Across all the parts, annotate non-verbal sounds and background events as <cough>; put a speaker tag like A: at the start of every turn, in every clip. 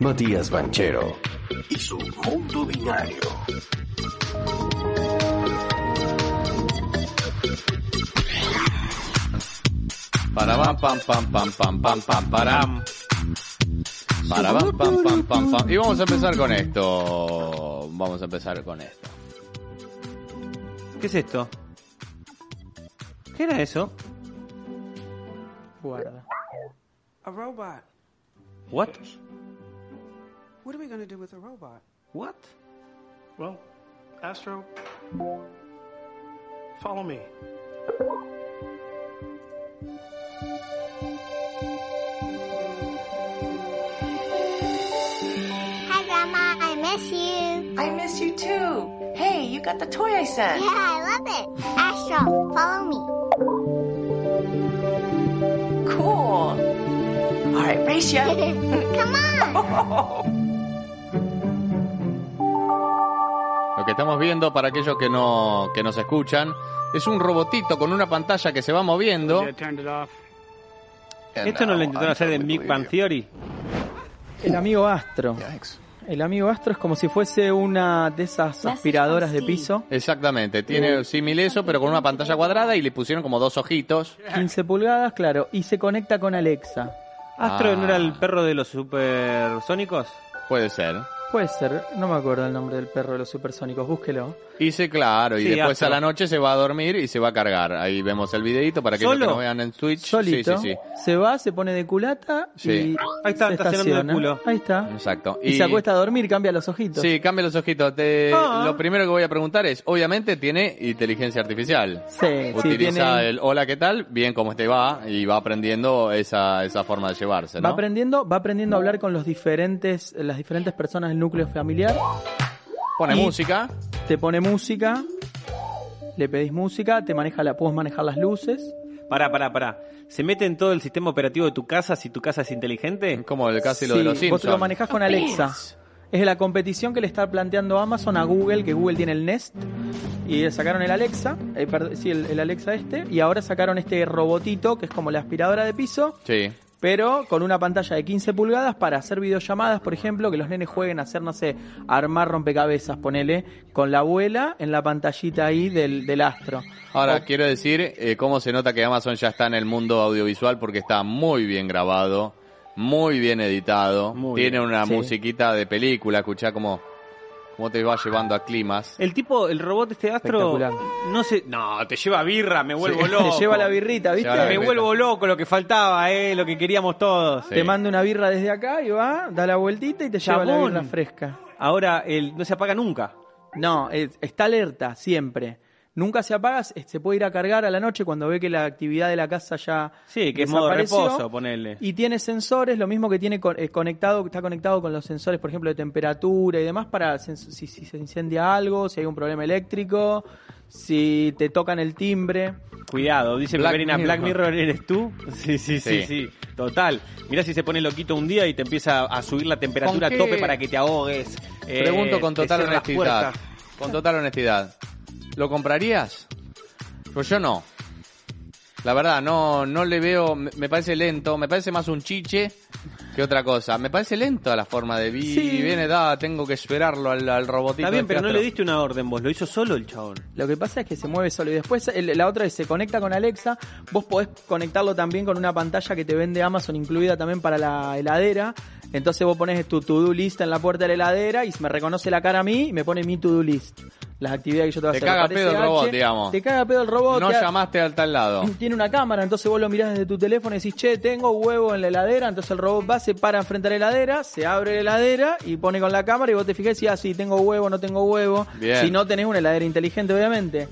A: Matías Banchero y su mundo binario.
B: Para pam pam pam pam pam pam pam param. Para pam pam pam pam pam. Y vamos a empezar con esto. Vamos a empezar con esto.
C: ¿Qué es esto? ¿Qué era eso? Guarda.
D: A robot.
C: What?
D: What are we gonna do with a robot?
C: What?
E: Well, Astro, follow me.
F: Hi, Grandma. I miss you. <laughs>
G: I miss you too. Hey, you got the toy I sent.
F: Yeah, I love it. Astro, follow me.
G: Cool. All right, race
F: <laughs>
G: ya.
F: Come on.
B: Lo que estamos viendo, para aquellos que no que nos escuchan, es un robotito con una pantalla que se va moviendo.
E: Yeah, turned it off.
C: Esto no lo intentaron hacer en Big Bang Theory.
H: El amigo Astro. El amigo Astro es como si fuese una de esas aspiradoras de piso.
B: Exactamente, tiene símil eso, pero con una pantalla cuadrada y le pusieron como dos ojitos.
H: 15 pulgadas, claro. Y se conecta con Alexa.
C: ¿Astro no era
B: Ah.
C: el perro de los supersónicos?
B: Puede ser.
H: Puede ser, no me acuerdo el nombre del perro de los supersónicos, búsquelo.
B: Y se claro, y
C: Sí,
B: después
C: Astro.
B: a la noche se va a dormir y se va a cargar. Ahí vemos el videito para aquellos que
C: ¿Solo?
B: no vean en Twitch. Sí,
H: Solito.
B: sí, sí.
H: Se va, se pone de culata
B: Sí.
H: y
C: Ahí está,
H: se
C: está cenando el
H: estaciona.
C: culo.
H: Ahí está.
B: Exacto.
H: Y, se acuesta a dormir, cambia los ojitos.
B: Sí, cambia los ojitos. Te-
C: Ah.
B: Lo primero que voy a preguntar es, obviamente tiene inteligencia artificial.
H: Sí, sí,
B: Utiliza
H: tiene-
B: el hola, ¿qué tal? Bien, ¿cómo te va? Y va aprendiendo esa, esa forma de llevarse,
H: Va
B: ¿no?
H: aprendiendo, va aprendiendo a hablar con los diferentes, las diferentes personas del núcleo familiar.
B: Pone
H: y-
B: música.
H: Te pone música, le pedís música, te maneja la, puedes manejar las luces.
C: Pará, pará, pará. ¿Se mete en todo el sistema operativo de tu casa si tu casa es inteligente?
B: Como el, casi lo de
H: Sí,
B: los Simpsons.
H: Vos lo manejás con Alexa. Es la competición que le está planteando Amazon a Google, que Google tiene el Nest. Y sacaron el Alexa, eh, perd- sí, el, el Alexa este. Y ahora sacaron este robotito, que es como la aspiradora de piso,
B: Sí.
H: pero con una pantalla de 15 pulgadas para hacer videollamadas, por ejemplo, que los nenes jueguen a hacer, no sé, armar rompecabezas, ponele, con la abuela en la pantallita ahí del, del astro.
B: Ahora, quiero decir eh, cómo se nota que Amazon ya está en el mundo audiovisual porque está muy bien grabado, muy bien editado,
C: Muy
B: tiene
C: bien,
B: una
H: sí.
B: musiquita de película, escuchá cómo, cómo te va llevando a climas.
C: El tipo, el robot este astro,
H: Espectacular.
C: no sé, no, te lleva birra, me vuelvo loco.
H: <laughs> Te lleva la birrita, ¿viste?
B: Lleva la
C: Me
B: birrita.
C: vuelvo loco, lo que faltaba, eh, lo que queríamos todos.
B: Sí.
H: Te manda una birra desde acá y va, da la vueltita y te lleva la
C: Chabón.
H: birra fresca.
C: Ahora el no se apaga nunca.
H: No, es- está alerta siempre. Nunca se apaga, se se puede ir a cargar a la noche cuando ve que la actividad de la casa ya
C: Sí, que es modo
H: desapareció.
C: reposo, ponele.
H: Y tiene sensores, lo mismo que tiene co- eh, conectado, está conectado con los sensores, por ejemplo, de temperatura y demás para sen- si, si se incendia algo, si hay un problema eléctrico, si te tocan el timbre.
C: Cuidado, dice
B: Black
C: Peperina,
B: Mirror.
C: Black Mirror eres tú. <laughs> Sí, sí, sí, sí,
B: Sí.
C: Total. Mirá si se pone loquito un día y te empieza a subir la temperatura a
B: ¿Con qué?
C: tope para que te ahogues. eh,
B: Pregunto con
C: te
B: total
C: cierra las
B: honestidad.
C: puertas.
B: Con total honestidad. ¿Lo comprarías? Pues yo no. La verdad, no, no le veo, me me parece lento, me parece más un chiche que otra cosa. Me parece lento la forma de vi,
H: Sí.
B: viene da, tengo que esperarlo al, al robotito.
C: Está bien,
B: este
C: pero no
B: otro.
C: le diste una orden vos, lo hizo solo el chabón.
H: Lo que pasa es que se mueve solo. Y después el- la otra es se conecta con Alexa. Vos podés conectarlo también con una pantalla que te vende Amazon incluida también para la heladera. Entonces vos pones tu to-do list en la puerta de la heladera y me reconoce la cara a mí y me pone mi to-do list. Las actividades que yo te voy a
B: Te
H: hacer.
B: caga
H: Aparece
B: pedo el
H: H,
B: robot, digamos.
H: Te caga pedo el robot.
B: No
H: te ha-
B: llamaste al tal
C: <laughs>
B: lado.
H: Tiene una cámara, entonces vos lo mirás desde tu teléfono y decís, che, tengo huevo en la heladera. Entonces el robot va, se para enfrente a la heladera, se abre la heladera y pone con la cámara y vos te fijás y ah, sí, tengo huevo, no tengo huevo.
B: Bien.
H: Si no tenés una heladera inteligente, obviamente.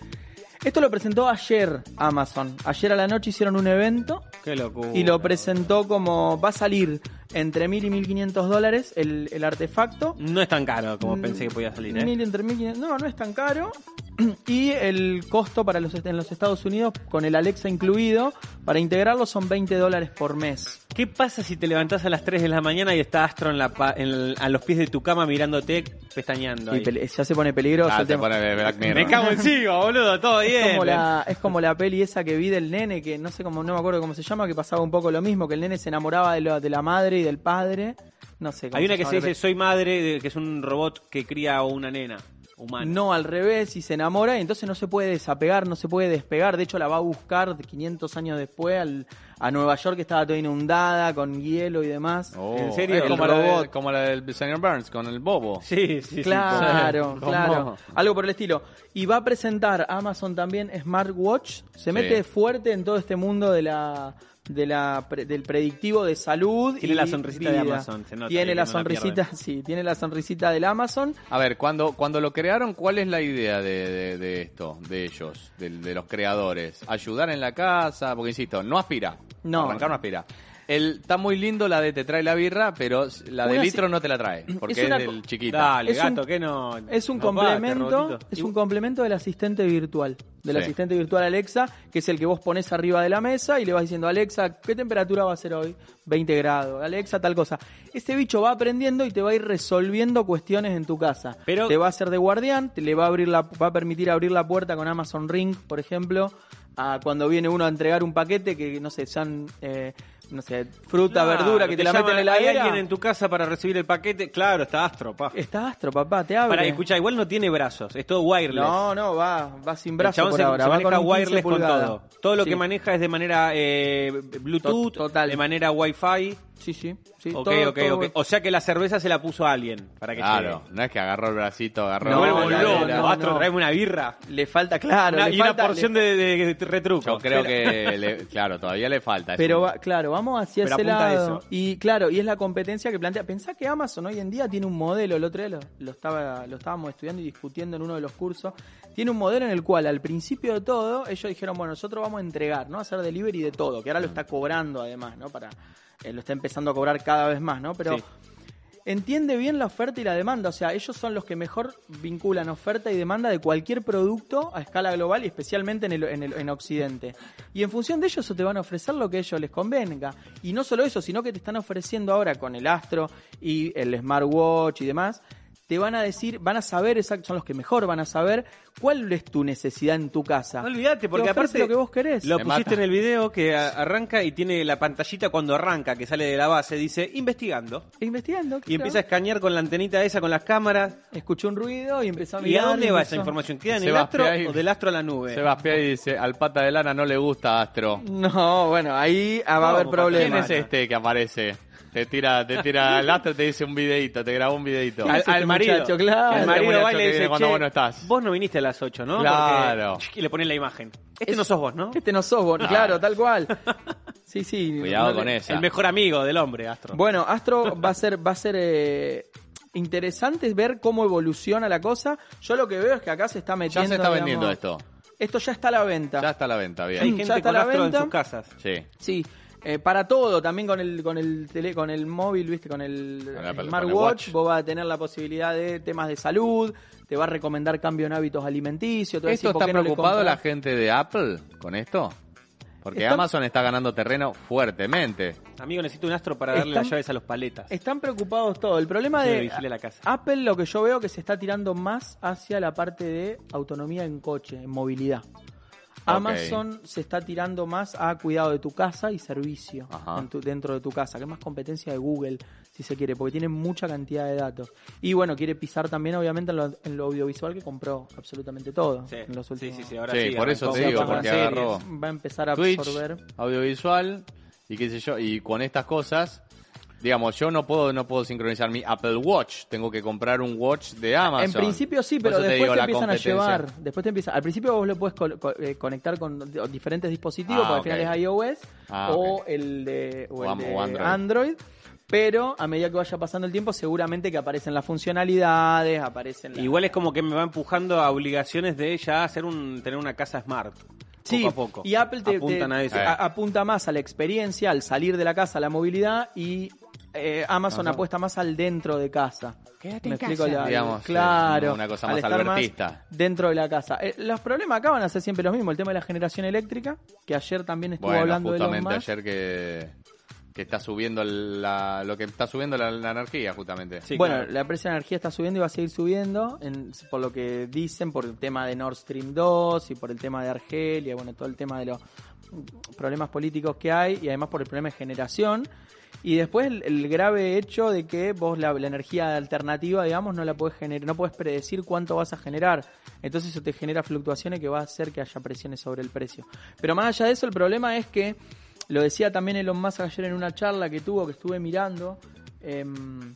H: Esto lo presentó ayer Amazon. Ayer a la noche hicieron un evento
C: Qué locura.
H: y lo presentó como va a salir entre 1000 y 1500 dólares el, el artefacto.
C: No es tan caro como pensé que podía salir, ¿eh?
H: Mil entre mil quinien- no, no es tan caro. <clears throat> Y el costo para los est- en los Estados Unidos, con el Alexa incluido, para integrarlo son 20 dólares por mes.
C: ¿Qué pasa si te levantás a las 3 de la mañana y está Astro en la pa- en el- a los pies de tu cama mirándote, pestañeando?
H: Y
C: ahí?
H: pele- ya se pone peligroso
B: Ah,
H: el
B: se
H: tema.
B: pone de Black Mirror.
C: Me cago
H: <laughs>
C: encima, boludo, todo
H: Es
C: bien.
H: como, la, es como la peli esa que vi del nene, que no sé cómo, no me acuerdo cómo se llama, que pasaba un poco lo mismo, que el nene se enamoraba de, lo- de la madre y del padre. No sé cómo
C: Hay una que
H: llama
C: se
H: la
C: dice Soy Madre, de- que es un robot que cría a una nena humana.
H: No, al revés, y se enamora, y entonces no se puede desapegar, no se puede despegar. De hecho, la va a buscar 500 años después al- a Nueva York, que estaba toda inundada con hielo y demás.
B: Oh,
C: ¿En serio?
B: Es
C: El
B: como la, de-
H: robot.
B: como la del señor Burns con el bobo.
C: Sí, sí, sí.
H: Claro,
B: sí, ¿cómo?
H: claro. Algo por el estilo. Y va a presentar Amazon también Smartwatch. Se
B: Sí.
H: mete fuerte en todo este mundo de la, de la pre- del predictivo de salud.
C: Tiene
H: y
C: la sonrisita de
H: vida.
C: Amazon, se nota
H: Tiene
C: ahí,
H: la
C: no la
H: sonrisita, sí, tiene la sonrisita del Amazon.
B: A ver, cuando, cuando lo crearon, ¿cuál es la idea de, de- de esto, de ellos, de, de los creadores? Ayudar en la casa, porque insisto, no aspira.
H: No.
B: Arrancar no aspira. El, está muy lindo la de te trae la birra, pero la de
H: Una
B: litro
H: si-
B: no te la trae, porque
H: Es
B: es,
H: una co-
B: del chiquito.
C: Dale,
H: Es un-
C: gato, que no.
H: Es un
C: no
H: complemento,
C: va, este
H: es
C: robotito.
H: un complemento del asistente virtual, del
B: Sí.
H: asistente virtual Alexa, que es el que vos pones arriba de la mesa y le vas diciendo, "Alexa, ¿qué temperatura va a ser hoy?" 20 grados. Alexa tal cosa. Este bicho va aprendiendo y te va a ir resolviendo cuestiones en tu casa.
C: Pero-
H: te va a hacer de guardián, te le va a abrir la va a permitir abrir la puerta con Amazon Ring, por ejemplo, a cuando viene uno a entregar un paquete que no sé, sean eh, no sé, fruta,
C: Claro,
H: verdura que te, la
C: llaman,
H: meten en la
C: Hay
H: heladera.
C: alguien en tu casa para recibir el paquete. Claro, está Astro, pa.
H: Está astro, papá, te abre.
C: Para escuchar, igual no tiene brazos, es todo wireless.
H: No, no, va, va sin
C: El
H: brazo
C: chabón
H: por
C: se,
H: ahora.
C: se
H: va
C: maneja
H: con un 15
C: wireless con
H: pulgadas.
C: todo. Todo lo
H: Sí.
C: que maneja es de manera eh, Bluetooth,
H: To- total.
C: de manera Wi-Fi.
H: Sí, sí. sí
C: Ok,
H: todo,
C: ok,
H: todo.
C: ok. O sea que la cerveza se la puso a alguien para que
B: Claro,
C: llegue.
B: no es que agarró el bracito, agarró
H: No,
C: Me
B: la
C: vuelvo
H: no,
C: loco,
H: no,
C: Astro,
H: no.
C: tráeme una birra.
H: Le falta, claro.
C: Una-
H: le
C: y una
H: falta-
C: porción
H: le-
C: de, de- de retruco.
B: Yo creo que, le- claro, todavía le falta. es
H: Pero
B: un-
H: va- claro, vamos hacia
C: Pero
H: ese
C: apunta a
H: lado.
C: eso.
H: Y claro, y es la competencia que plantea. Pensá que Amazon hoy en día tiene un modelo, el otro día lo, lo estaba, lo estábamos estudiando y discutiendo en uno de los cursos. Tiene un modelo en el cual al principio de todo ellos dijeron, bueno, nosotros vamos a entregar, ¿no? A hacer delivery de todo, que ahora lo está cobrando además, ¿no? Para, eh, lo está empezando a cobrar cada vez más, ¿no? Pero
C: Sí.
H: entiende bien la oferta y la demanda. O sea, ellos son los que mejor vinculan oferta y demanda de cualquier producto a escala global y especialmente en, el, en, el- en Occidente. Y en función de ellos, te van a ofrecer lo que a ellos les convenga. Y no solo eso, sino que te están ofreciendo ahora con el Astro y el Smartwatch y demás. Te van a decir, van a saber, exacto, son los que mejor van a saber cuál es tu necesidad en tu casa.
C: No olvidate, porque
H: Te oferta
C: aparte
H: lo que vos querés.
C: Lo
B: Me
C: pusiste
B: mata.
C: en el video que a- arranca y tiene la pantallita cuando arranca, que sale de la base, dice investigando.
H: E investigando.
C: Y
H: claro.
C: empieza a escanear con la antenita esa, con las cámaras.
H: Escuchó un ruido y empezó a
C: ¿Y
H: mirar.
C: a dónde va esa
H: empezó-
C: información? ¿Queda en el
B: Sebastián,
C: astro
B: ahí-
C: o del astro a la nube?
B: Se va a espiar y dice, al pata de lana no le gusta Astro.
H: No, bueno, ahí ah, va a haber
C: ¿Cómo, papá?
H: problemas.
B: ¿Quién es este que aparece? Te tira, te tira el Astro, te dice un videito, te grabó un videito.
C: Al,
H: es este
C: al marido.
H: muchacho? Claro.
C: El marido
B: Este
C: va y
B: muchacho
C: le
B: que
C: dice,
B: viene cuando
C: "Che,
B: vos no estás".
C: vos no viniste a las 8, ¿no?
B: Claro.
C: Porque- <laughs> Y le pones la imagen. Este no sos vos, ¿no?
H: Este no sos vos, claro, tal
C: <laughs>
H: cual. Sí, sí.
B: Cuidado
H: No
B: con
H: le-
B: eso.
C: El mejor amigo del hombre, Astro.
H: Bueno, Astro va a ser, va a ser eh, interesante ver cómo evoluciona la cosa. Yo lo que veo es que acá se está metiendo.
B: Ya se está
H: digamos,
B: vendiendo esto.
H: Esto ya está a la venta.
B: Ya está a la venta,
C: Hay
B: bien.
H: ya
C: gente
H: está
C: con
H: la
C: Astro
H: venta.
C: en sus casas.
B: Sí.
H: Sí. eh, para todo, también con el con el tele, con el móvil, viste, con el
B: Con el- con el
H: smartwatch,
B: watch.
H: vos vas a tener la posibilidad de temas de salud, te va a recomendar cambio en hábitos alimenticios. te va a
B: ¿Esto
H: decir, ¿por
B: está
H: qué no le
B: preocupado
H: compras?
B: la gente de Apple con esto? Porque
H: Está-
B: Amazon está ganando terreno fuertemente.
C: Amigo, necesito un astro para darle
H: Están-
C: las llaves a los paletas.
H: Están preocupados todos. El problema
C: Sí,
H: de
C: vigile la casa.
H: Apple, lo que yo veo que se está tirando más hacia la parte de autonomía en coche, en movilidad. Amazon se está tirando más a cuidado de tu casa y servicio
B: Ajá.
H: en tu- dentro de tu casa, que es más competencia de Google, si se quiere, porque tiene mucha cantidad de datos. Y bueno, quiere pisar también, obviamente, en lo, en lo audiovisual que compró absolutamente todo
C: Sí,
H: en los
C: sí,
H: últimos
C: sí, sí, ahora
B: Sí,
C: sí.
B: por eso
C: arrancó
B: te digo,
C: con
B: porque
C: series.
B: agarró-
H: Va a empezar a
B: Twitch,
H: absorber.
B: audiovisual y qué sé yo, y con estas cosas, digamos, yo no puedo no puedo sincronizar mi Apple Watch, tengo que comprar un watch de Amazon.
H: En principio sí,
B: Por
H: pero
B: eso te
H: después te,
B: digo, la
H: empiezan a
B: competencia.
H: llevar. Después te empiezan, al principio vos lo puedes co- co- eh, conectar con di- diferentes dispositivos,
B: Ah,
H: porque al
B: ok.
H: final es iOS
B: Ah,
H: o
B: ok.
H: el de, o
B: O
H: el
B: am-
H: de
B: o
H: Android.
B: Android.
H: Pero a medida que vaya pasando el tiempo, seguramente que aparecen las funcionalidades, aparecen las-
C: Igual es como que me va empujando a obligaciones de ya hacer un, tener una casa smart.
H: Sí,
C: poco a poco.
H: Y Apple te,
C: apuntan
H: te-
C: a eso. Ah,
H: a- apunta más a la experiencia, al salir de la casa, a la movilidad y eh, Amazon apuesta más al dentro de casa.
G: Quédate
H: Me
G: en
H: explico
G: casa.
H: la-
B: Digamos,
H: claro,
B: una cosa
H: al
B: más
H: estar más
B: albertista.
H: dentro de la casa. Eh, los problemas acá van a ser siempre los mismos. El tema de la generación eléctrica, que ayer también estuvo
B: Bueno,
H: hablando de
B: justamente ayer que, que está subiendo la, lo que está subiendo la, la energía justamente.
C: Sí,
H: bueno,
C: claro.
H: la precio de energía está subiendo y va a seguir subiendo, en- por lo que dicen, por el tema de Nord Stream 2 y por el tema de Argelia, bueno, todo el tema de los problemas políticos que hay y además por el problema de generación. Y después el, el grave hecho de que vos la, la energía alternativa, digamos, no la puedes generar, no puedes predecir cuánto vas a generar. Entonces eso te genera fluctuaciones que va a hacer que haya presiones sobre el precio. Pero más allá de eso, el problema es que, lo decía también Elon Musk ayer en una charla que tuvo, que estuve mirando, em,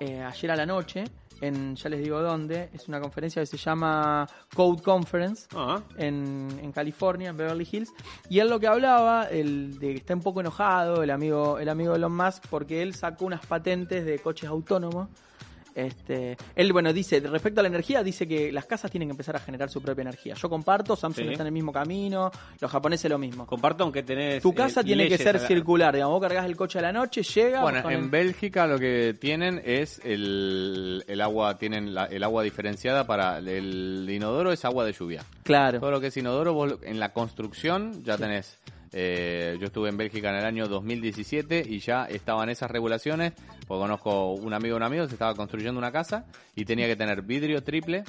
H: eh, ayer a la noche, en ya les digo dónde, es una conferencia que se llama Code Conference
C: Ah,
H: en, en California, en Beverly Hills, y él lo que hablaba, el de que está un poco enojado, el amigo, el amigo Elon Musk, porque él sacó unas patentes de coches autónomos. Este, él, bueno, dice, respecto a la energía, dice que las casas tienen que empezar a generar su propia energía. Yo comparto, Samsung
C: Sí.
H: está en el mismo camino, los japoneses lo mismo.
C: comparto aunque tenés.
H: Tu casa
C: eh,
H: tiene que
C: leyes
H: ser
C: a la-
H: circular, digamos, vos cargas el coche a la noche, llega...
B: Bueno,
H: con
B: en
H: el-
B: Bélgica lo que tienen es el, el agua, tienen la- el agua diferenciada para el inodoro es agua de lluvia.
H: Claro.
B: Todo lo que es inodoro, vos lo- en la construcción ya tenés. eh, yo estuve en Bélgica en el año 2017 y ya estaban esas regulaciones. Porque conozco un amigo de un amigo, se estaba construyendo una casa y tenía que tener vidrio triple,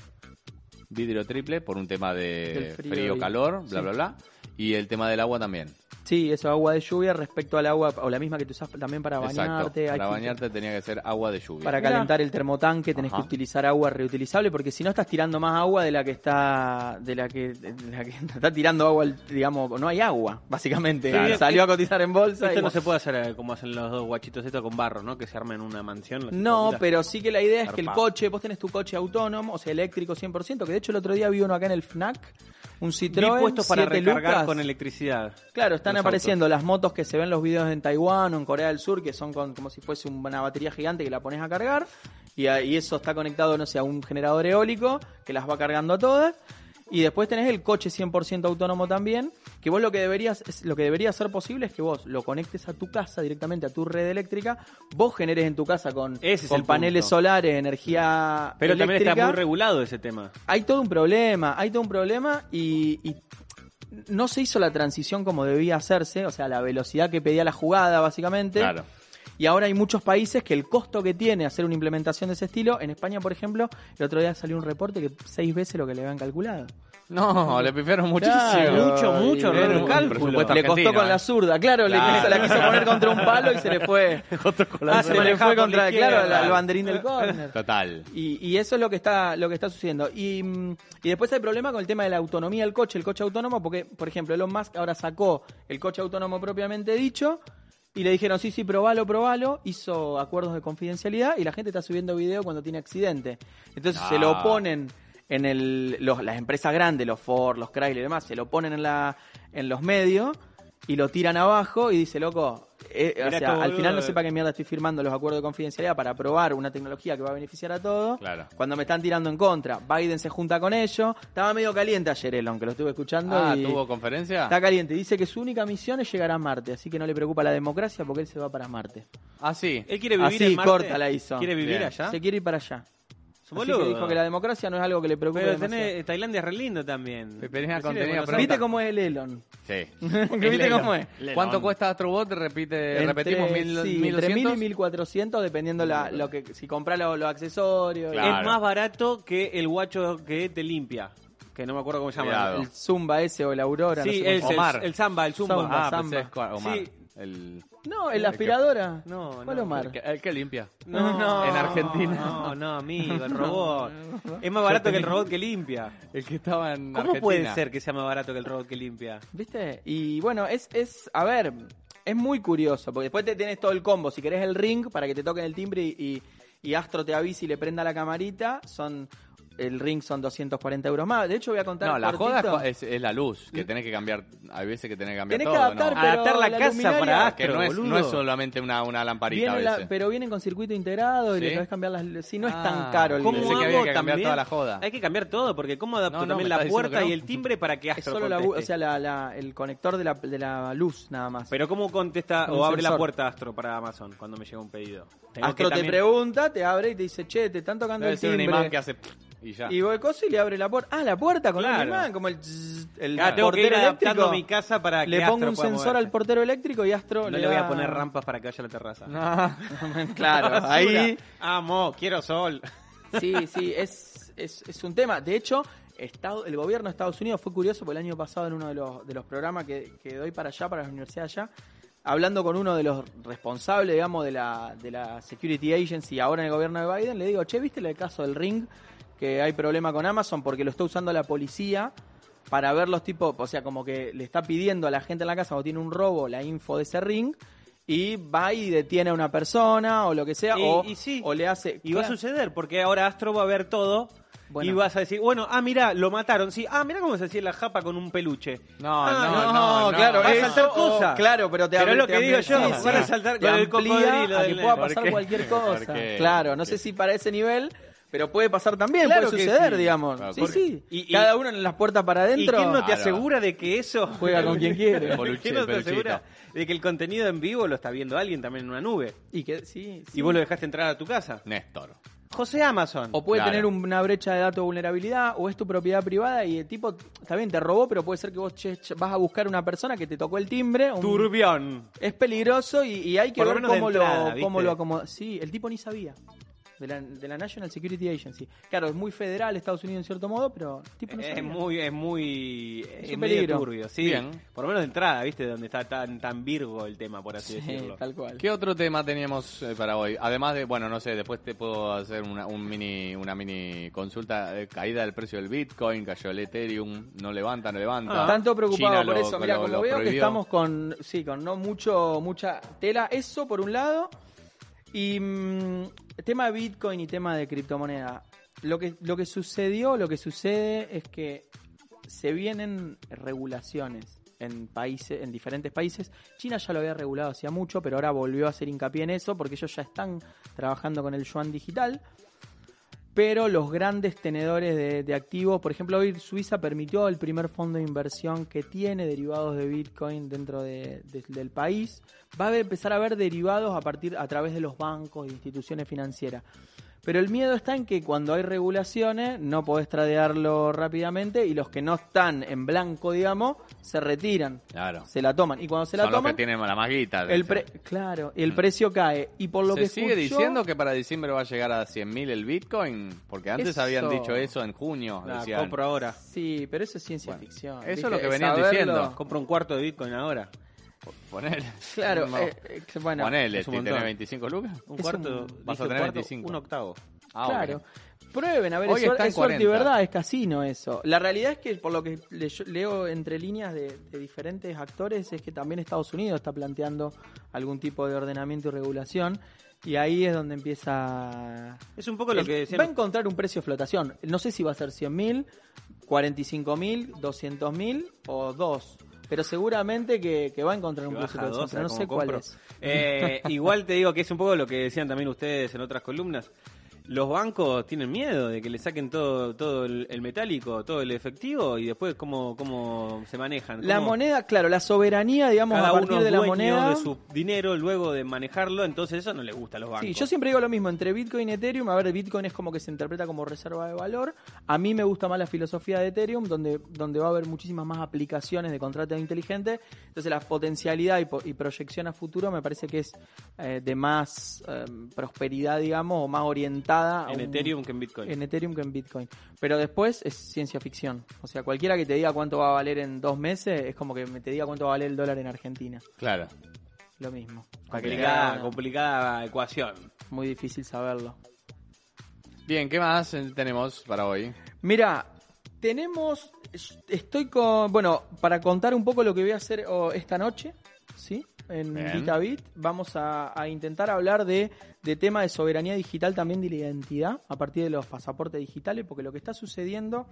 B: vidrio triple por un tema
H: Del
B: de
H: frío
B: frío,
H: y-
B: calor,
H: sí.
B: bla, bla, bla. Y el tema del agua también.
H: Sí, eso, agua de lluvia respecto al agua, o la misma que tú usas también para bañarte. hay
B: Exacto. Para
H: que-
B: bañarte tenía que ser agua de lluvia.
H: Para
C: Mirá.
H: calentar el termotanque tenés
B: Ajá.
H: que utilizar agua reutilizable porque si no estás tirando más agua de la que está de la que, de la que <laughs> está tirando agua, el- digamos, no hay agua, básicamente.
C: Claro.
H: <laughs> Salió a cotizar en bolsa.
C: Esto
H: y-
C: no se puede hacer eh, como hacen los dos guachitos estos con barro, ¿no? Que se arman una mansión. los
H: No,
C: hijos de puta.
H: pero sí que la idea es que el
C: Zarpado.
H: coche, vos tenés tu coche autónomo, o sea, eléctrico 100%, que de hecho el otro día vi uno acá en el Fnac, un Citroën
C: Vi puestos para
H: 7
C: recargar
H: lucas.
C: con electricidad.
H: Claro, están
C: Los
H: apareciendo las motos que se ven en los videos en Taiwán o en Corea del Sur, que son con- como si fuese una batería gigante que la pones a cargar, y, a- y eso está conectado, no sé, a un generador eólico que las va cargando a todas. Y después tenés el coche 100% autónomo también, que vos lo que deberías es- lo que debería ser posible es que vos lo conectes a tu casa directamente a tu red eléctrica, vos generes en tu casa con,
C: Ese es
H: con
C: el
H: paneles
C: punto.
H: solares, energía
C: Pero también está
H: eléctrica
C: muy regulado ese tema.
H: hay todo un problema, hay todo un problema y, y no se hizo la transición como debía hacerse, o sea, la velocidad que pedía la jugada, básicamente.
B: Claro.
H: Y ahora hay muchos países que el costo que tiene hacer una implementación de ese estilo, en España, por ejemplo, el otro día salió un reporte que seis veces lo que le habían calculado.
B: No, le pifiaron muchísimo.
H: Claro.
C: mucho, mucho
H: Dinero,
C: error de
H: un
C: cálculo.
B: presupuesto
H: Le
B: Argentina,
H: costó con
B: ¿eh?
H: la zurda, claro, le-
B: Claro.
H: se la quiso poner contra un palo y se le fue.
C: la
H: Ah, se
C: zurda.
H: le fue
C: Manejaba por
H: contra,
C: la
H: claro,
C: izquierda.
H: la- el banderín del córner.
B: Total.
H: Y, y eso es lo que está, lo que está sucediendo. Y, mm, y después hay problema con el tema de la autonomía del coche, el coche autónomo, porque, por ejemplo, Elon Musk ahora sacó el coche autónomo propiamente dicho. Y le dijeron, sí, sí, probalo, probalo. Hizo acuerdos de confidencialidad y la gente está subiendo video cuando tiene accidente. Entonces se lo
B: Ah.
H: ponen en el, los- las empresas grandes, los Ford, los Chrysler y demás, se lo ponen en, la, en los medios y lo tiran abajo y dice, loco, eh, o
C: Mirá
H: sea,
C: esto,
H: al final no
C: boludo.
H: sé para qué mierda estoy firmando los acuerdos de confidencialidad para probar una tecnología que va a beneficiar a todos.
B: Claro.
H: Cuando me están tirando en contra, Biden se junta con ellos. Estaba medio caliente ayer Elon, que lo estuve escuchando.
B: Ah,
H: y
B: ¿tuvo conferencia?
H: Está caliente. Dice que su única misión es llegar a Marte, así que no le preocupa la democracia porque él se va para Marte.
B: Ah, sí.
C: Él quiere vivir
H: Así,
C: en Marte.
H: corta la hizo.
C: ¿Quiere vivir
B: Bien.
C: allá?
H: Se quiere ir para allá.
C: Es un
H: Así que
C: boludo.
H: dijo que la democracia no es algo que le preocupe.
C: Pero
H: demasiado.
C: tenés, Tailandia es re lindo también.
B: Pero tenés
C: Inclusive
B: contenido,
C: Buenos
B: pero-
C: Aires.
H: ¿Viste cómo es el Elon? <laughs>
B: Sí.
H: ¿Viste cómo es?
B: ¿Cuánto cuesta Astrobot? Repite,
H: Entre-
B: repetimos, mil,
H: sí, entre 1000 y 1400 dependiendo la, lo que si compras lo- los accesorios
B: Claro.
C: Es más barato que el guacho que te limpia. Que no me acuerdo cómo se llama.
B: Cuidado.
H: el Zumba ese o el Aurora
C: Sí,
H: no, sé
C: es
H: cómo-
C: el,
B: Omar.
C: el samba, el zumba. pues
H: Zamba.
B: Ah, pensé
H: Zamba.
B: que era Omar.
C: Sí.
B: El,
H: no el aspiradora
C: No,
H: ¿Cuál
C: no,
H: Omar?
B: el que, el que limpia.
C: <laughs> No,
B: En Argentina.
C: No, no, amigo, el robot. Es más barato que el robot que limpia.
B: El que estaba en
C: ¿Cómo puede ser que sea más barato que el robot que limpia?
H: ¿Viste? Y bueno, es, es, a ver, es muy curioso, porque después te tenés todo el combo, si querés el ring para que te toquen el timbre y, y- y Astro te avise y le prenda la camarita, son el ring son 240 euros más. De hecho voy a contar...
B: No, la joda
H: cortito.
B: es cua- es, es la luz, que tenés que cambiar, hay veces que tenés que cambiar
H: Tenés que
B: todo,
H: adaptar,
B: ¿no?
H: pero
C: Adaptar la casa
H: luminaria-
C: para Astro,
B: que no es,
C: boludo.
B: no es solamente una, una lamparita a
H: Viene la-
B: veces.
H: pero vienen con circuito integrado y
B: ¿Sí?
H: le podés cambiar las... Si no es
B: Ah,
H: tan caro el
B: ¿cómo
H: ring.
B: Pensé que había que cambiar
C: también?
B: toda la joda.
C: Hay que cambiar todo, porque ¿cómo adapto
B: No, no,
C: también
B: me
C: la
B: estás diciendo
C: puerta
B: que no.
C: y el timbre para que
H: Es
C: Astro
H: solo la, bu-
C: conteste?
H: o sea, la- la- el conector de la, de la luz nada más.
C: Pero ¿cómo contesta
H: Con un
C: o abre la
H: sensor.
C: puerta Astro para Amazon cuando me llega un pedido? Tengo que
H: Astro te
C: también-
H: pregunta, te abre y te dice, che, te están tocando
B: Debe
H: el
B: ser un
H: timbre.
B: imán que hace... Y ya.
H: Y voy al coso y le abre la puerta. Ah, la puerta con
C: Claro.
H: un imán, como el, tss, el
C: Ah, tengo que ir
H: portero
C: adaptando
H: eléctrico.
C: mi casa para que
H: le
C: Astro
H: pongo un
C: pueda
H: sensor al
C: moverse.
H: portero eléctrico y Astro
C: No
H: le,
C: le voy a
H: da-
C: poner
H: <laughs>
C: rampas para que vaya a la terraza.
H: claro,
C: Basura.
H: ahí.
C: Amo, quiero sol.
H: Sí, sí, es, es, es un tema. De hecho, Estado, el gobierno de Estados Unidos fue curioso porque el año pasado en uno de los, de los programas que, que doy para allá, para las universidades allá, hablando con uno de los responsables, digamos, de la, de la Security Agency ahora en el gobierno de Biden, le digo, che, ¿viste el caso del Ring? Que hay problema con Amazon porque lo está usando la policía para ver los tipos, o sea, como que le está pidiendo a la gente en la casa o tiene un robo la info de ese Ring y va y detiene a una persona o lo que sea,
C: Y-
H: o,
C: y sí.
H: o le hace...
C: Y va a
H: Claro.
C: suceder, porque ahora Astro va a ver todo.
H: Bueno.
C: Y vas a decir, bueno, ah, mira, lo mataron, sí. Ah, mira cómo se hacía la japa con un peluche.
B: No,
C: Ah,
B: no,
H: No,
B: no,
H: claro,
C: va a
H: eso,
C: saltar
H: o-
C: cosa.
H: Claro, pero te
C: Pero es lo
H: te
C: que digo
H: amplía-
C: yo, van a saltar
H: te
C: con el
H: amplía
C: cocodrilo
H: a que
C: del
H: pueda
C: nene.
H: pasar
B: ¿Por qué?
H: cualquier
B: ¿Por
H: cosa.
B: qué?
H: Claro, no
B: ¿Por
H: sé
B: qué?
H: si para ese nivel, pero puede pasar también,
C: Claro
H: puede
C: que
H: suceder,
C: sí.
H: digamos.
B: Claro,
H: sí,
B: porque-
H: sí.
C: y- y-
H: Cada uno en las puertas para
C: ¿Y
H: adentro.
C: quién no te
B: Claro.
C: asegura de que <laughs> eso
H: Juega con quien quiere.
B: El boluche,
C: ¿Quién no te
B: el peluchito.
C: asegura de que el contenido en vivo lo está viendo alguien también en una nube?
H: Y que- sí, sí.
C: Y vos lo dejaste entrar a tu casa.
B: Néstor.
C: José Amazon.
H: O puede
B: Claro.
H: tener una brecha de datos de vulnerabilidad, o es tu propiedad privada y el tipo, está bien, te robó, pero puede ser que vos che, che, vas a buscar una persona que te tocó el timbre. un-
C: Turbión.
H: Es peligroso y, y hay que
C: Por lo
H: ver
C: menos de
H: cómo,
C: entrada,
H: lo,
C: ¿viste?
H: cómo lo acomoda. Sí, el tipo ni sabía. De la, de la National Security Agency. Claro, es muy federal Estados Unidos en cierto modo, pero el tipo no
C: Es
H: sabía.
C: muy, es muy es
H: un
C: medio
H: peligro.
C: turbio, sí.
B: Bien.
C: Por lo menos de entrada, ¿viste? Donde está tan, tan virgo el tema, por así
H: <laughs> Sí,
C: decirlo.
H: tal cual.
B: ¿Qué otro tema teníamos eh, para hoy? Además de, bueno, no sé, después te puedo hacer una, un mini, una mini consulta. eh, caída del precio del Bitcoin, cayó el Ethereum, no levanta, no levanta.
H: Tanto preocupado
B: China
H: por
B: lo-
H: eso. Mira,
B: lo-
H: como
B: lo
H: veo que
B: prohibió.
H: estamos con, sí, con no mucho, mucha tela. Eso por un lado. Y mm, tema de Bitcoin y tema de criptomoneda. Lo que, lo que sucedió, lo que sucede es que se vienen regulaciones en países, en diferentes países. China ya lo había regulado hacía mucho, pero ahora volvió a hacer hincapié en eso porque ellos ya están trabajando con el yuan digital. Pero los grandes tenedores de, de activos, por ejemplo, hoy Suiza permitió el primer fondo de inversión que tiene derivados de Bitcoin dentro de- de- del país. Va a haber- empezar a haber derivados a partir a través de los bancos e instituciones financieras. Pero el miedo está en que cuando hay regulaciones no podés tradearlo rápidamente y los que no están en blanco, digamos, se retiran,
B: Claro.
H: se la toman. Y cuando se la
B: Son los que
H: toman,
B: tienen la más guita.
H: el
B: dicen.
H: pre- claro, el precio cae. Y por lo
B: ¿Se
H: que
B: sigue
H: escucho-
B: diciendo que para diciembre va a llegar a 100.000 el Bitcoin? Porque antes
H: Eso.
B: habían dicho eso en junio.
C: Nah,
B: decían.
C: compro ahora.
H: Sí, pero eso es ciencia
B: Bueno,
H: ficción.
B: eso es
H: ¿viste?
B: lo que venían
H: saberlo-
B: diciendo.
C: Compro un cuarto de Bitcoin ahora.
B: Poner.
H: Claro,
B: No.
H: eh, eh, bueno,
B: Ponele,
C: es un
B: si
C: montón.
B: tenés 25 lucas.
C: Un
H: Es
C: cuarto.
H: un-
C: dije
B: Vas a
C: un
B: tener
C: cuarto,
B: 25.
C: Un octavo.
B: Ah,
H: claro.
B: ok.
H: Prueben, a ver,
B: Hoy
H: es, suer-
B: está en
H: es suerte y
B: 40.
H: verdad, es casino eso. La realidad es que, por lo que le- yo leo entre líneas de, de diferentes actores, es que también Estados Unidos está planteando algún tipo de ordenamiento y regulación. Y ahí es donde empieza...
C: Es un poco lo
H: El-
C: que
H: Va a
C: decían.
H: encontrar un precio de flotación. No sé si va a ser 100 mil, 45 mil, 200 mil o 2. Pero seguramente que, que va a encontrar un
C: que
H: precio de
C: baja a
H: flotación.
C: 12,
H: Pero no
C: como
H: sé cuál
C: compro.
H: es. <laughs>
C: Eh, igual te digo que es un poco lo que decían también ustedes en otras columnas. Los bancos tienen miedo de que le saquen todo, todo el, el metálico, todo el efectivo y después cómo, cómo se manejan.
H: La
C: cómo-
H: moneda, claro, la soberanía, digamos,
C: cada
H: a
C: uno
H: partir
C: es
H: de la
C: dueño
H: moneda.
C: de su dinero luego de manejarlo, entonces eso no le gusta a los bancos.
H: Sí, yo siempre digo lo mismo, entre Bitcoin y Ethereum, a ver, Bitcoin es como que se interpreta como reserva de valor. A mí me gusta más la filosofía de Ethereum, donde, donde va a haber muchísimas más aplicaciones de contrato inteligente. Entonces la potencialidad y, po- y proyección a futuro me parece que es eh, de más eh, prosperidad, digamos, o más orientada a
C: en
H: un-
C: Ethereum que en Bitcoin.
H: en Ethereum que en Bitcoin. Pero después es ciencia ficción. O sea, cualquiera que te diga cuánto va a valer en dos meses, es como que me te diga cuánto va a valer el dólar en Argentina.
B: Claro.
H: Lo mismo.
C: complicada,
H: Complicado.
C: complicada ecuación.
H: Muy difícil saberlo.
B: Bien, ¿qué más eh, tenemos para hoy?
H: Mira, tenemos. Estoy con. Bueno, para contar un poco lo que voy a hacer oh, esta noche, ¿sí? En
B: Bien.
H: Bit a Bit, vamos a, a intentar hablar de, de tema de soberanía digital, también de la identidad, a partir de los pasaportes digitales, porque lo que está sucediendo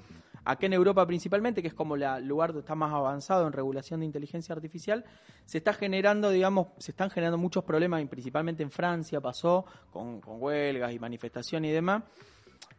H: acá en Europa principalmente, que es como el lugar donde está más avanzado en regulación de inteligencia artificial, se está generando, digamos, se están generando muchos problemas, y principalmente en Francia pasó, con, con huelgas y manifestaciones y demás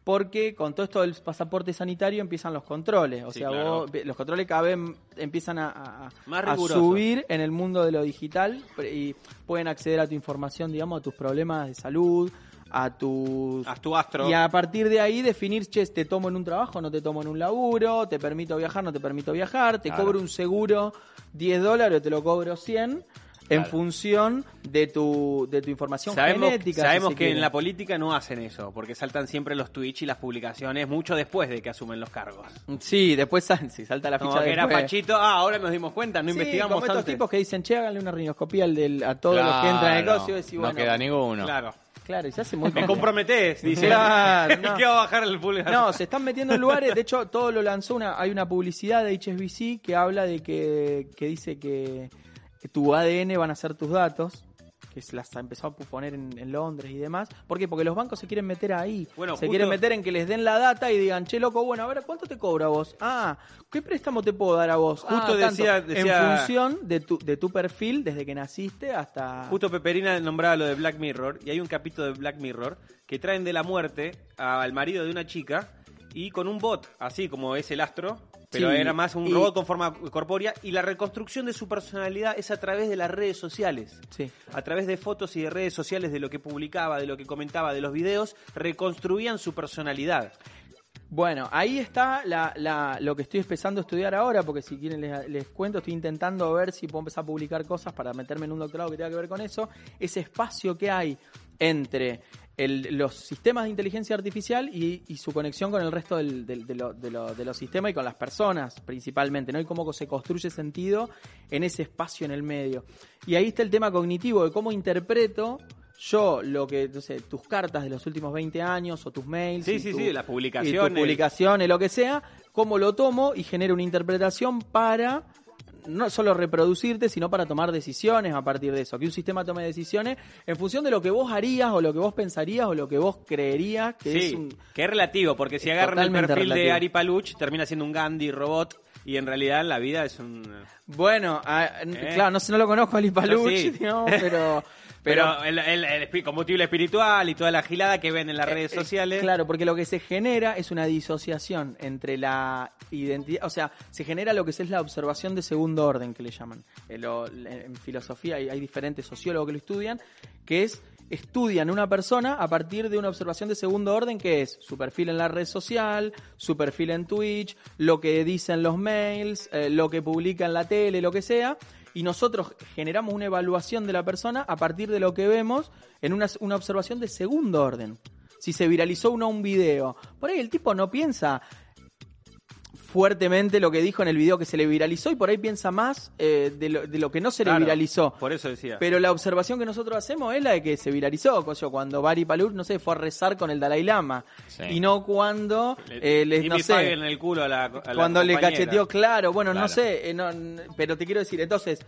H: porque con todo esto del pasaporte sanitario empiezan los controles. O
C: Sí,
H: sea,
C: claro.
H: vos- los controles cada vez empiezan a, a-
C: Más
H: a
C: riguroso.
H: subir en el mundo de lo digital pre- y pueden acceder a tu información, digamos, a tus problemas de salud, a tus...
C: Haz tu astro.
H: Y a partir de ahí definir, che, te tomo en un trabajo, no te tomo en un laburo, te permito viajar, no te permito viajar, te
B: Claro.
H: cobro un seguro 10 dólares, te lo cobro 100. en
B: Claro.
H: función de tu, de tu información
C: Sabemos,
H: genética. si
C: sabemos
H: se
C: que en
H: quiere.
C: la política no hacen eso, porque saltan siempre los Twitch y las publicaciones mucho después de que asumen los cargos.
H: Sí, después sal- sí, salta la
C: Como
H: ficha
C: que era
H: después.
C: Pachito, ah, ahora nos dimos cuenta, no
H: Sí,
C: investigamos
H: como estos
C: antes.
H: tipos que dicen, che, háganle una rinoscopía al del- a todos los que entran en el
B: Claro,
H: negocio. Y decís,
B: no
H: bueno,
B: queda ninguno.
H: <laughs>
C: Claro.
H: Claro, y se hace muy
C: Me
H: complicado.
C: comprometés, dice. <laughs>
H: Claro, no.
C: ¿Qué va a bajar el pulgar?
H: No, se están metiendo en lugares. De hecho, todo lo lanzó una. Hay una publicidad de HSBC que habla de que, que dice que tu ADN van a ser tus datos. Que se las empezó a poner en, en Londres y demás. ¿Por qué? Porque los bancos se quieren meter ahí.
C: Bueno,
H: se
C: justo-
H: quieren meter en que les den la data y digan, che, loco, bueno, a ver, ¿cuánto te cobro a vos? Ah, ¿qué préstamo te puedo dar a vos?
C: Justo
H: Ah, tanto.
C: decía- decía-
H: En función de tu, de tu perfil, desde que naciste hasta.
C: Justo Peperina nombraba lo de Black Mirror y hay un capítulo de Black Mirror que traen de la muerte a- al marido de una chica y con un bot, así como es el astro, pero
H: Sí,
C: era más un
H: y-
C: robot con forma corpórea y la reconstrucción de su personalidad es a través de las redes sociales.
H: Sí.
C: A través de fotos y de redes sociales de lo que publicaba, de lo que comentaba, de los videos, reconstruían su personalidad.
H: Bueno, ahí está la- la- lo que estoy empezando a estudiar ahora, porque si quieren les, les cuento, estoy intentando ver si puedo empezar a publicar cosas para meterme en un doctorado que tenga que ver con eso. Ese espacio que hay entre el- los sistemas de inteligencia artificial y, y su conexión con el resto del- del- de, lo- de lo- de los sistemas y con las personas principalmente, ¿no? Y cómo se construye sentido en ese espacio en el medio. Y ahí está el tema cognitivo, de cómo interpreto yo lo que, no sé, tus cartas de los últimos 20 años o tus mails.
C: Sí,
H: y
C: sí,
H: tu-
C: sí, las
H: y
C: publicaciones.
H: tus publicaciones, lo que sea, cómo lo tomo y genero una interpretación para no solo reproducirte, sino para tomar decisiones a partir de eso. Que un sistema tome decisiones en función de lo que vos harías o lo que vos pensarías o lo que vos creerías que
C: sí,
H: es un...
C: que es relativo, porque si
H: es
C: agarran el
H: totalmente
C: perfil de
H: relativo.
C: Ari Paluch, termina siendo un Gandhi robot y en realidad la vida es un...
H: Bueno, ah,
C: Eh.
H: claro, no, sé, no lo conozco a Lipaluch, <laughs>
C: Yo sí. <laughs>
H: pero...
C: Pero, el, el- el espi- combustible espiritual y toda la gilada que ven en las redes sociales.
H: Eh, Claro, porque lo que se genera es una disociación entre la identidad, o sea, se genera lo que es la observación de segundo orden, que le llaman. Eh, lo- en filosofía hay, hay diferentes sociólogos que lo estudian, que es estudian una persona a partir de una observación de segundo orden que es su perfil en la red social, su perfil en Twitch, lo que dicen los mails, eh, lo que publica en la tele, lo que sea, y nosotros generamos una evaluación de la persona a partir de lo que vemos en una, una observación de segundo orden. Si se viralizó uno un video, por ahí el tipo no piensa fuertemente lo que dijo en el video que se le viralizó y por ahí piensa más eh, de, lo, de lo que no se
C: Claro,
H: le viralizó.
C: Por eso decía.
H: Pero la observación que nosotros hacemos es la de que se viralizó, coño, cuando Bari Palur, no sé, fue a rezar con el Dalai Lama.
B: Sí.
H: Y no cuando, eh, les,
C: Jimmy
H: no sé,
C: Fallon en el culo a la, a la
H: cuando le
C: compañera.
H: cacheteó, claro, bueno, no
B: Claro.
H: sé, eh, no, n- pero te quiero decir, entonces,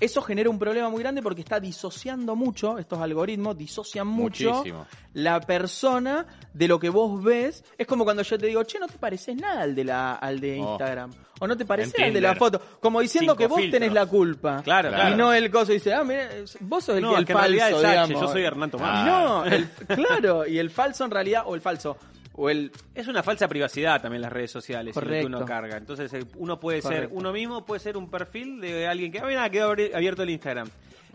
H: eso genera un problema muy grande porque está disociando mucho, estos algoritmos disocian mucho
B: Muchísimo.
H: la persona de lo que vos ves. Es como cuando yo te digo, che, no te pareces nada al de, la, al de
B: Oh.
H: Instagram, o no te pareces
B: En
H: al de la
B: Tinder.
H: foto, como diciendo
C: Cinco
H: que vos
C: filtros.
H: tenés la culpa.
B: Claro.
C: Claro,
H: Y
C: claro.
H: no el coso dice, ah, mira, vos sos el,
C: No,
H: que el
C: que en
H: falso,
C: realidad es H,
H: digamos.
C: yo soy Hernán Tomás.
B: Ah.
H: No, el- claro, y el falso en realidad, o el falso, o el...
C: Es una falsa privacidad también las redes sociales y lo que
H: Correcto.
C: uno carga. Entonces eh, uno puede ser
H: Correcto.
C: uno mismo, puede ser un perfil de alguien que... Ah, mira, quedó abri- abierto el Instagram.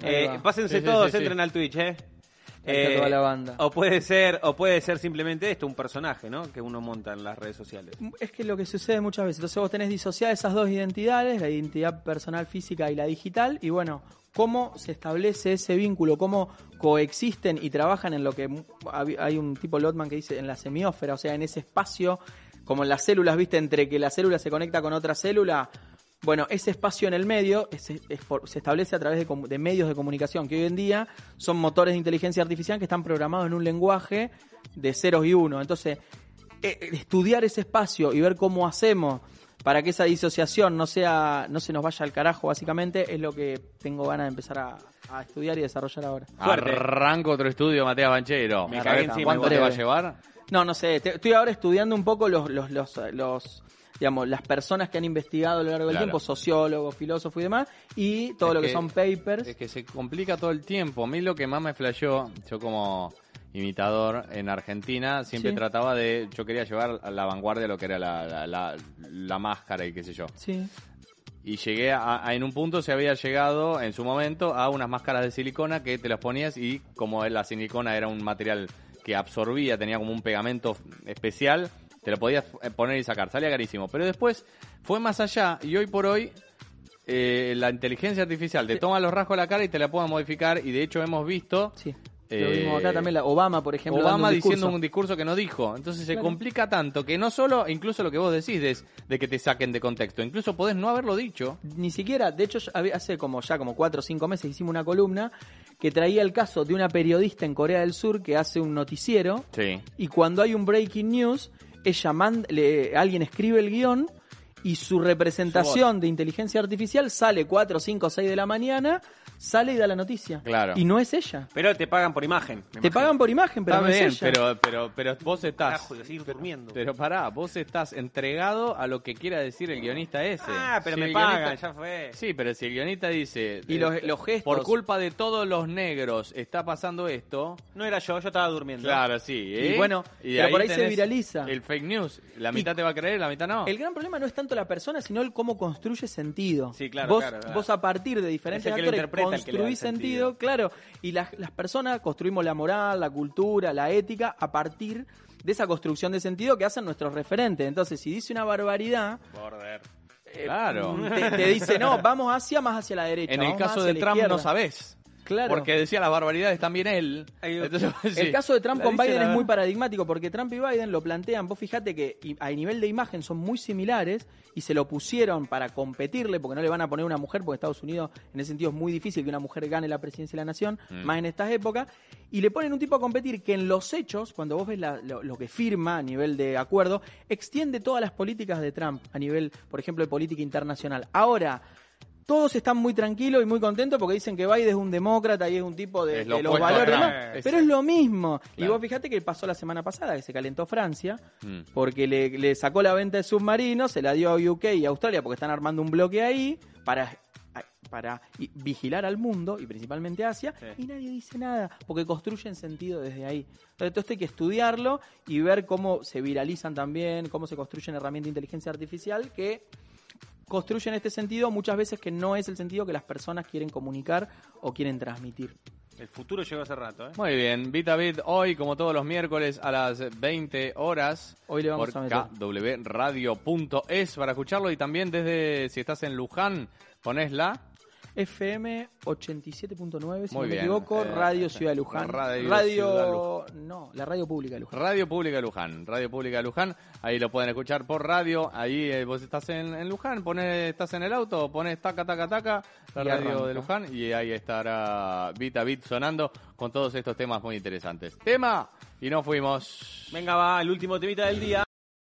H: Ahí
C: Eh,
H: va.
C: pásense
B: Sí, sí,
C: todos,
B: sí, sí.
C: entren al Twitch, ¿eh?
H: Ahí está toda la banda.
C: O puede ser, o puede ser simplemente esto, un personaje, ¿no? Que uno monta en las redes sociales.
H: Es que lo que sucede muchas veces, entonces vos tenés disociadas esas dos identidades, la identidad personal física y la digital, y bueno, cómo se establece ese vínculo, cómo coexisten y trabajan en lo que mu- hab- hay un tipo Lotman que dice en la semiósfera, o sea, en ese espacio, como en las células, viste, entre que la célula se conecta con otra célula, bueno, ese espacio en el medio es- es por- se establece a través de, comu- de medios de comunicación que hoy en día son motores de inteligencia artificial que están programados en un lenguaje de ceros y uno. Entonces, eh, eh, estudiar ese espacio y ver cómo hacemos para que esa disociación no sea no se nos vaya al carajo básicamente es lo que tengo ganas de empezar a, a estudiar y desarrollar ahora
C: Fuerte.
B: Arranco otro estudio, Matías Banchero.
C: Me
B: A
C: cagué
B: ver,
C: encima,
B: ¿Cuánto
C: igual.
B: te va a llevar?
H: no no sé te- estoy ahora estudiando un poco los los, los, eh, los digamos las personas que han investigado a lo largo del
B: Claro.
H: tiempo sociólogos filósofos y demás y todo
B: Es
H: lo que,
B: que-
H: son papers
B: Es que se complica todo el tiempo. A mí lo que más me flasheó, yo como imitador en Argentina, siempre
H: Sí.
B: trataba de. Yo quería llevar a la vanguardia lo que era la, la- la- la máscara y qué sé yo.
H: sí
B: Y llegué a, a- En un punto se había llegado en su momento a unas máscaras de silicona que te las ponías y como la silicona era un material que absorbía, tenía como un pegamento especial, te lo podías eh, poner y sacar. Salía carísimo. Pero después fue más allá y hoy por hoy eh, la inteligencia artificial te toma los rasgos de la cara y te la puedan modificar. Y de hecho hemos visto
H: Sí. Lo
B: Eh,
H: vimos acá también, la Obama, por ejemplo. dando
B: Obama
H: un discurso.
B: diciendo un discurso que no dijo. Entonces se complica tanto que no solo, incluso lo que vos decís de, de que te saquen de contexto, incluso podés no haberlo dicho.
H: Ni siquiera, de hecho, yo había- hace como ya como cuatro o cinco meses hicimos una columna que traía el caso de una periodista en Corea del Sur que hace un noticiero
B: Sí.
H: y cuando hay un breaking news, ella mand- le- alguien escribe el guión y su representación de inteligencia artificial sale 4, 5, 6 de la mañana, sale y da la noticia.
B: Claro.
H: Y no es ella.
C: Pero te pagan por imagen. me
H: Te
C: imagino.
H: pagan por imagen, pero
B: Está
H: no
B: bien,
H: es ella.
B: pero, pero, pero vos estás.
C: Carajo, de seguir durmiendo.
B: Pero pará, vos estás entregado a lo que quiera decir el guionista ese.
C: Ah, pero
B: Si
C: me
B: el
C: pagan,
B: guionista-
C: ya fue.
B: Sí, pero si el guionista dice.
H: Y
B: eh,
H: los- los gestos.
B: Por culpa de todos los negros está pasando esto.
C: No era yo, yo estaba durmiendo.
B: Claro, sí. ¿eh?
H: Y bueno,
B: Y
H: pero por ahí se
B: tenés
H: viraliza.
B: El fake news. La mitad te va a creer, la mitad no.
H: El gran problema no es tanto la persona, sino el cómo construye sentido.
C: Sí, claro,
H: vos,
C: claro, claro.
H: vos a partir de diferentes
C: Es el que lo
H: actores
C: interpreta el que le da el
H: construís sentido,
C: sentido.
H: claro. Y las, las personas construimos la moral, la cultura, la ética a partir de esa construcción de sentido que hacen nuestros referentes. Entonces, si dice una barbaridad, eh,
B: Claro.
H: te, te dice, no, vamos hacia más hacia la derecha.
B: En el
H: vamos más
B: caso de
H: hacia la
B: Trump
H: izquierda.
B: no sabés.
H: Claro.
B: Porque decía las barbaridades también él.
C: Ahí va.
B: Entonces, <laughs> sí.
H: El caso de Trump
B: La
H: con
B: dice
H: Biden
B: la
H: es muy
B: verdad.
H: paradigmático porque Trump y Biden lo plantean, vos fijate que i- a nivel de imagen son muy similares y se lo pusieron para competirle porque no le van a poner una mujer porque Estados Unidos en ese sentido es muy difícil que una mujer gane la presidencia de la nación,
B: Mm.
H: más en estas épocas, y le ponen un tipo a competir que en los hechos, cuando vos ves la- lo, lo que firma a nivel de acuerdo, extiende todas las políticas de Trump a nivel, por ejemplo, de política internacional. Ahora... Todos están muy tranquilos y muy contentos porque dicen que Biden es un demócrata y es un tipo de,
B: Es lo
H: de los
B: opuesto a
H: valores.
B: Trump.
H: ¿no?
B: Exacto.
H: Pero es lo mismo. Y
B: Claro.
H: vos fijate que pasó la semana pasada, que se calentó Francia,
B: Mm.
H: porque le, le sacó la venta de submarinos, se la dio a UK y a Australia, porque están armando un bloque ahí para, para i- vigilar al mundo, y principalmente Asia, y nadie dice nada, porque construyen sentido desde ahí. Entonces, todo esto hay que estudiarlo y ver cómo se viralizan también, cómo se construyen herramientas de inteligencia artificial que construyen este sentido muchas veces que no es el sentido que las personas quieren comunicar o quieren transmitir.
C: El futuro llegó hace rato, ¿eh?
B: Muy bien, Vita Bit hoy, como todos los miércoles a las 20 horas,
H: Hoy le vamos
B: por
H: a meter.
B: kwradio.es para escucharlo y también desde, si estás en Luján, ponés la
H: FM 87.9, si
B: Muy
H: no me
B: bien.
H: equivoco,
B: Eh,
H: Radio Ciudad de Luján.
B: Radio Ciudad
H: No, la Radio Pública de Luján.
B: Radio Pública Luján. Radio Pública Luján, ahí lo pueden escuchar por radio, ahí eh, vos estás en, en Luján, ponés, estás en el auto, pones taca, taca, taca, la
H: Y
B: radio
H: arranca.
B: de Luján y ahí estará Vita Bit sonando con todos estos temas muy interesantes. Tema y nos fuimos.
C: Venga, va, el último temita del día.